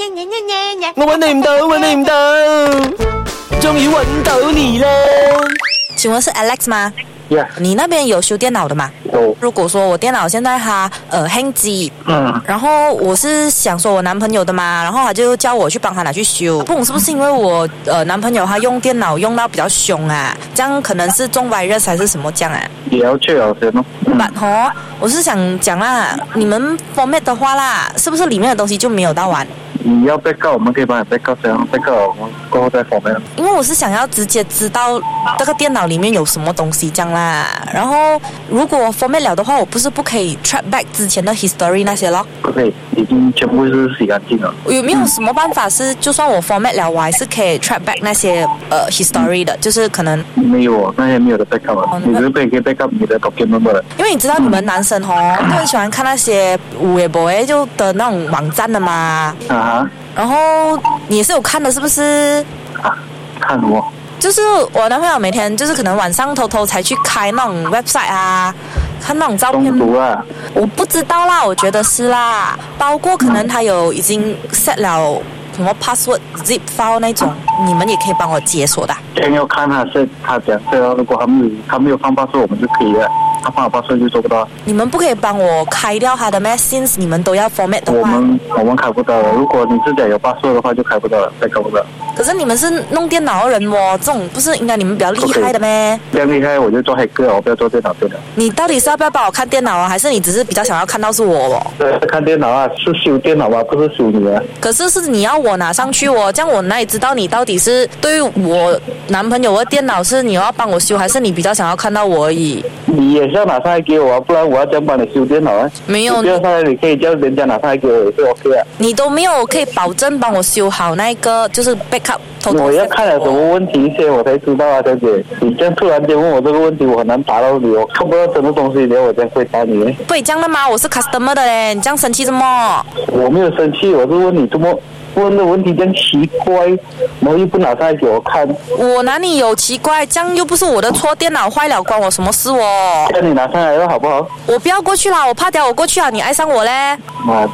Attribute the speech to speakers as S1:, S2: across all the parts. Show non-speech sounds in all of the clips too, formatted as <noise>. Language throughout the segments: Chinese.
S1: 嘅。
S2: 我揾你唔到，揾你唔到，终于揾到你啦！
S3: 请问是 Alex 吗？
S4: 呀，
S3: 你那边有修电脑的吗？
S4: 有，
S3: 如果说我电脑现在它呃 hang 机，
S4: 嗯，
S3: 然后我是想说我男朋友的嘛，然后他就叫我去帮他拿去修。啊不懂是不是因为我呃男朋友他用电脑用到比较凶啊？这样可能是中 virus 还是什么这样啊？
S4: 也要去了解咯。嗯
S3: 但哦，我是想讲啦，你们 format 的话啦，是不是里面的东西就没有到完？
S4: 你要被告，我们可以帮你被告，这样被告我们过后再否认。
S3: 因为我是想要直接知道这个电脑里面有什么东西这样啦。然后如果 format 了的话，我不是不可以 track back 之前的 history 那些咯。
S4: 不对，已经全部是洗干净了。
S3: 有没有什么办法是，就算我 format 了，我还是可以 track back 那些呃 history 的？就是可能，
S4: 没有哦，那些没有的 backup，
S3: 哦
S4: 了
S3: 那
S4: 你
S3: 个
S4: 只是被可以 backup 你的 document 罢了。
S3: 因为你知道你们男生哦，都很喜欢看那些五也博就的那种网站的嘛。
S4: 啊
S3: 然后你也是有看的，是不是？
S4: 哈啊，看什么？
S3: 就是我男朋友每天就是可能晚上偷偷才去开那种 website 啊，看那种照片
S4: 中。毒啊！
S3: 我不知道啦，我觉得是啦，包括可能他有已经 set 了什么 password zip file 那种，你们也可以帮我解锁的啊。
S4: 先要看他是他讲这样，如果他没有他没有放 password，我们就可以了。他放了 password 就做不到，
S3: 你们不可以帮我开掉它的吗？Since 你们都要 format 的
S4: 我
S3: 话，
S4: 们我们开不到了。如果你自己有 password 的话，就开不到了，再开不到。
S3: 可是你们是弄电脑的人哦，这种不是应该你们比较厉害的咩？
S4: 这样厉害我就做黑客，我不要做电脑电脑。
S3: 你到底是要不要帮我看电脑啊？还是你只是比较想要看到是我哦？
S4: 对，看电脑啊，是修电脑啊，不是修你啊。
S3: 可是是你要我拿上去哦，这样我哪里知道你到底是对我男朋友的电脑是你要帮我修，还是你比较想要看到我而已？
S4: 你也是要拿上来给我啊，不然我要怎样帮你修电脑啊？
S3: 没有
S4: 你不要上来，你可以叫人家拿上来给我也是 OK 啊。
S3: 你都没有可以保证帮我修好那个，就是 backup 偷偷。
S4: 我要看了什么？问题先我才知道啊，小姐。你这样突然间问我这个问题，我很难答到你，我看不到真的东西，连我这样回答你。
S3: 不会这样的吗？我是 customer 的嘞，你这样生气什么？
S4: 我没有生气，我是问你怎么问的问题这样奇怪，然后又不拿上来给我看，
S3: 我哪里有奇怪？这样又不是我的错，电脑坏了关我什么事哦？
S4: 叫你拿上来了好不好？
S3: 我不要过去啦，我怕等下我过去啊，你爱上我嘞？
S4: 啊，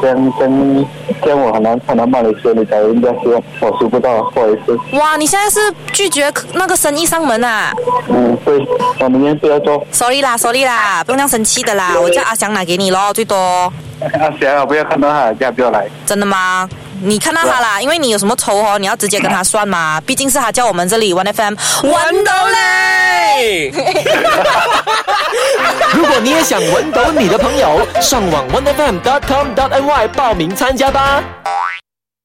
S4: 这样这样这样我很难很难帮你说，你找人家说，我说不到，不好意思。
S3: 哇，你现在是拒绝那个生意上门啊
S4: 嗯，对，我明天不要 <laughs> 做。
S3: ？Sorry 啦，Sorry 啦，不用这样生气的啦，我叫阿翔拿给你咯，最多。
S4: 阿霞，啊我不要看到他，这样不要来。
S3: 真的吗？你看到他啦，因为你有什么仇哦，你要直接跟他算嘛，毕竟是他叫我们这里 One FM 玩到嘞。
S2: 如果你也想揾到你的朋友，上网 onefm.com.ny 报名参加吧。